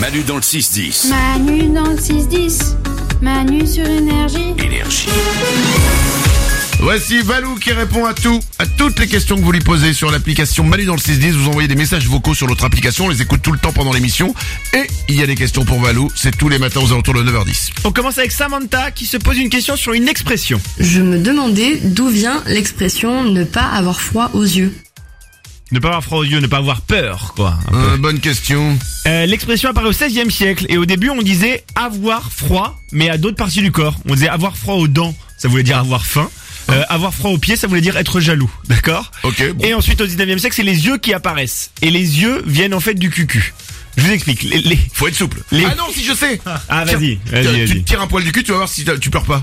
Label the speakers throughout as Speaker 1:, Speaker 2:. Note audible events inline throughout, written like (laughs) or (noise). Speaker 1: Manu dans le 6-10.
Speaker 2: Manu dans le 6-10. Manu sur énergie.
Speaker 1: Énergie.
Speaker 3: Voici Valou qui répond à tout, à toutes les questions que vous lui posez sur l'application Manu dans le 610. Vous envoyez des messages vocaux sur notre application, on les écoute tout le temps pendant l'émission. Et il y a des questions pour Valou, c'est tous les matins aux alentours de 9h10.
Speaker 4: On commence avec Samantha qui se pose une question sur une expression.
Speaker 5: Je me demandais d'où vient l'expression ne pas avoir froid aux yeux.
Speaker 4: Ne pas avoir froid aux yeux, ne pas avoir peur, quoi. un peu.
Speaker 3: Euh, bonne question.
Speaker 4: Euh, L'expression apparaît au 16e siècle et au début on disait avoir froid, mais à d'autres parties du corps. On disait avoir froid aux dents, ça voulait dire avoir faim. Euh, avoir froid aux pieds, ça voulait dire être jaloux, (laughs) d'accord
Speaker 3: Ok, bon.
Speaker 4: Et ensuite au 19e siècle, c'est les yeux qui apparaissent. Et les yeux viennent en fait du cucu. Je vous explique. Les, les-
Speaker 3: Faut être souple.
Speaker 4: Les-
Speaker 3: Ah non, si je sais Tiens,
Speaker 4: Ah vas-y,
Speaker 3: tiens,
Speaker 4: vas-y,
Speaker 3: Tu
Speaker 4: vas-y.
Speaker 3: te tires un poil du cul, tu vas voir si t'as- tu pleures pas.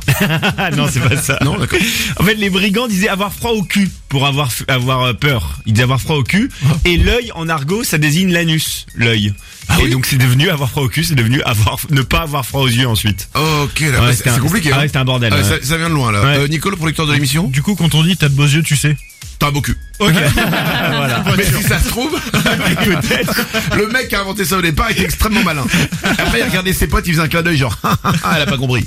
Speaker 4: Ah non, c'est pas ça.
Speaker 3: Non, d'accord.
Speaker 4: En fait, les brigands disaient avoir froid au cul pour avoir f- avoir euh, peur. Ils disaient avoir froid au cul
Speaker 3: Ah.
Speaker 4: et l'œil en argot, ça désigne l'anus, l'œil. et
Speaker 3: Ah oui
Speaker 4: donc c'est devenu avoir froid au cul, c'est devenu avoir ne pas avoir froid aux yeux ensuite.
Speaker 3: Ok, là,
Speaker 4: Ah Ouais,
Speaker 3: bah,
Speaker 4: c'était
Speaker 3: c'est
Speaker 4: un-
Speaker 3: c'est compliqué.
Speaker 4: ah
Speaker 3: hein.
Speaker 4: ouais, c'était un bordel,
Speaker 3: Ah,
Speaker 4: ouais.
Speaker 3: ça, ça vient de loin, là.
Speaker 4: Ouais.
Speaker 3: Euh, Nico, le producteur de l'émission,
Speaker 6: Du coup, quand on dit t'as de beaux yeux, tu sais.
Speaker 3: t'as beaucoup.
Speaker 4: Ah, voilà. (laughs)
Speaker 3: Mais si ça se trouve,
Speaker 4: Peut-être.
Speaker 3: le mec qui a inventé ça au départ était extrêmement malin. Après, il regardait ses potes, il faisait un clin d'œil genre, (laughs) Ah, ah, elle a pas compris.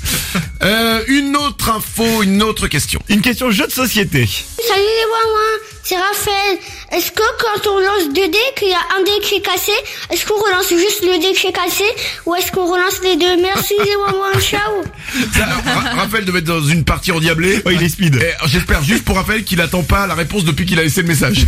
Speaker 3: Euh, une autre info, une autre question.
Speaker 4: Une question jeu de société.
Speaker 7: Salut les Wawins, c'est Raphaël. Est-ce que quand on lance deux dés, qu'il y a un dé qui est cassé, est-ce qu'on relance juste le dé qui est cassé ou est-ce qu'on relance les deux Merci les Wawins, ciao
Speaker 3: Ça, Ra- Raphaël devait être dans une partie endiablée.
Speaker 4: Oh, il est speed.
Speaker 3: Et J'espère juste pour Raphaël qu'il attend pas la réponse depuis qu'il a laissé le message.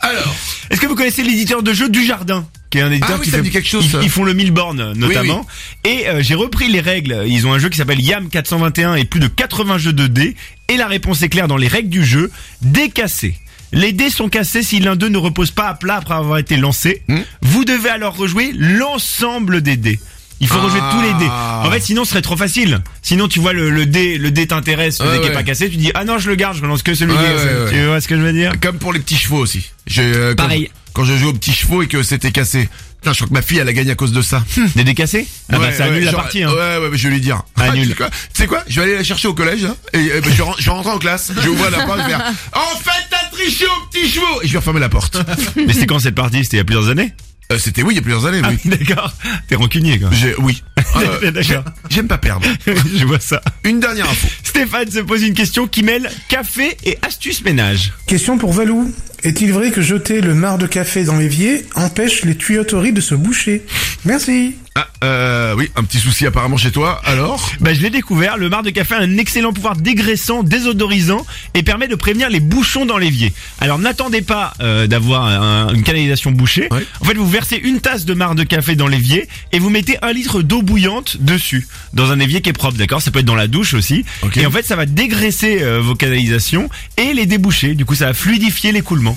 Speaker 3: Alors,
Speaker 4: Est-ce que vous connaissez l'éditeur de jeux du jardin qui est un éditeur
Speaker 3: Ah oui,
Speaker 4: qui
Speaker 3: ça
Speaker 4: fait,
Speaker 3: me dit quelque chose,
Speaker 4: ils,
Speaker 3: ça.
Speaker 4: ils font le mille bornes notamment et euh, j'ai repris les règles ils ont un jeu qui s'appelle Yam 421 et plus de 80 jeux de dés et la réponse est claire dans les règles du jeu dés cassés les dés sont cassés si l'un d'eux ne repose pas à plat après avoir été lancé
Speaker 3: Hmm.
Speaker 4: vous devez alors rejouer l'ensemble des dés il faut rejouer
Speaker 3: Ah.
Speaker 4: tous les dés. En fait, sinon, ce serait trop facile. Sinon, tu vois le, le dé, le dé t'intéresse, le
Speaker 3: Ouais,
Speaker 4: dé qui est
Speaker 3: ouais.
Speaker 4: pas cassé, tu dis ah non, je le garde, je relance que celui
Speaker 3: Ouais,
Speaker 4: qui est
Speaker 3: ouais,
Speaker 4: Tu vois ce que je veux dire
Speaker 3: comme pour les petits chevaux aussi. J'ai, euh, quand-
Speaker 4: Pareil.
Speaker 3: Quand je jouais aux petits chevaux et que c'était cassé. Putain, je crois que ma fille, elle a gagné à cause de ça.
Speaker 4: Des dés cassés Ah bah,
Speaker 3: Ouais,
Speaker 4: ça
Speaker 3: ouais,
Speaker 4: annule la
Speaker 3: genre,
Speaker 4: partie. Hein.
Speaker 3: Ouais, ouais, mais je vais lui dire. Ah, Tu
Speaker 4: Annule.
Speaker 3: sais quoi Tu sais quoi Je vais aller la chercher au collège. hein, et euh, bah, je, vais ren- je vais rentrer en classe. Je vais ouvrir la porte. Je vais faire. En fait, t'as triché au petit chevaux. Et je vais refermer la porte.
Speaker 4: Mais c'était quand cette partie C'était il y a plusieurs années (laughs)
Speaker 3: Euh, c'était oui, il y a plusieurs années. Oui.
Speaker 4: D'accord. T'es rancunier quoi.
Speaker 3: J'ai-
Speaker 4: (laughs)
Speaker 3: oui. Euh,
Speaker 4: Ah. D'accord.
Speaker 3: J'aime pas perdre.
Speaker 4: (laughs) Je vois ça.
Speaker 3: Une dernière info.
Speaker 4: Stéphane se pose une question qui mêle café et astuces ménage.
Speaker 8: Question pour Valou. Est-il vrai que jeter le marc de café dans l'évier empêche les tuyauteries de se boucher Merci.
Speaker 3: Ah, euh, oui, un petit souci apparemment chez toi. Alors
Speaker 4: Bah je l'ai découvert, le marc de café a un excellent pouvoir dégraissant, désodorisant et permet de prévenir les bouchons dans l'évier. Alors n'attendez pas euh, d'avoir un- une canalisation bouchée.
Speaker 3: Ouais.
Speaker 4: En fait, vous versez une tasse de marc de café dans l'évier et vous mettez un litre d'eau bouillante dessus, dans un évier qui est propre, d'accord Ça peut être dans la douche aussi.
Speaker 3: Ok.
Speaker 4: Et en fait, ça va dégraisser euh, vos canalisations et les déboucher. Du coup, ça va fluidifier l'écoulement.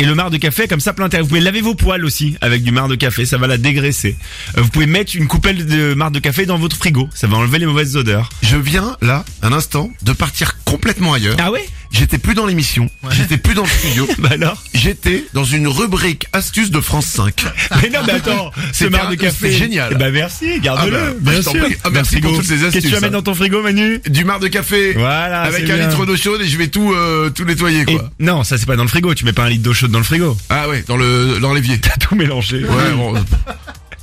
Speaker 4: Et le marc de café, comme ça, plein d'intérêt. Vous pouvez laver vos poils aussi avec du marc de café, ça va la dégraisser. Euh, Vous pouvez mettre une coupelle de marc de café dans votre frigo, ça va enlever les mauvaises odeurs.
Speaker 3: Je viens là, un instant, de partir complètement ailleurs.
Speaker 4: Ah ouais
Speaker 3: J'étais plus dans l'émission, j'étais plus dans le studio,
Speaker 4: (laughs) Bah alors
Speaker 3: j'étais dans une rubrique astuces de France 5.
Speaker 4: Mais non,
Speaker 3: (laughs)
Speaker 4: mais attends, ce
Speaker 3: C'était
Speaker 4: marc de
Speaker 3: un-
Speaker 4: café.
Speaker 3: c'était génial.
Speaker 4: Eh Bah merci, garde-le.
Speaker 3: Ah bah,
Speaker 4: bien
Speaker 3: je t'en
Speaker 4: sûr.
Speaker 3: prie. Ah,
Speaker 4: Dans
Speaker 3: merci
Speaker 4: le frigo.
Speaker 3: pour toutes ces
Speaker 4: Qu'est-ce que tu
Speaker 3: astuces,
Speaker 4: vas mettre
Speaker 3: hein.
Speaker 4: dans ton frigo, Manu
Speaker 3: Du marc de café
Speaker 4: Voilà,
Speaker 3: avec
Speaker 4: Ah, c'est
Speaker 3: un
Speaker 4: bien.
Speaker 3: litre d'eau chaude et je vais tout euh, tout nettoyer
Speaker 4: Et
Speaker 3: quoi.
Speaker 4: non, ça c'est pas dans le frigo, tu mets pas un litre d'eau chaude dans le frigo.
Speaker 3: Ah ouais, dans le dans l'évier.
Speaker 4: T'as tout mélangé.
Speaker 3: Ouais, bon.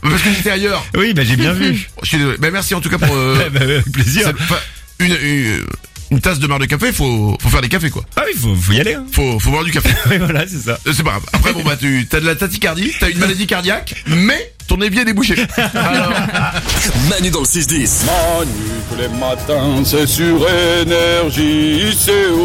Speaker 3: Parce que j'étais ailleurs.
Speaker 4: (laughs) Oui, bah j'ai
Speaker 3: (laughs)
Speaker 4: bien vu.
Speaker 3: Je suis désolé. Bah, merci en tout cas pour
Speaker 4: (laughs)
Speaker 3: euh,
Speaker 4: Bah, bah, avec plaisir.
Speaker 3: cette- enfin, une, une une tasse de marc de café, faut faut faire des cafés quoi.
Speaker 4: Ah oui, faut, faut y aller. Hein.
Speaker 3: Faut faut boire du
Speaker 4: (laughs)
Speaker 3: café.
Speaker 4: Oui, voilà, c'est ça.
Speaker 3: Euh, C'est pas grave. Après, bon, bah, tu as de la tachycardie, t'as une maladie cardiaque, mais ton évier est
Speaker 4: (laughs)
Speaker 3: débouché. Alors,
Speaker 1: Manu dans le 6-10.
Speaker 9: Manu tous les matins, c'est sur énergie, c'est où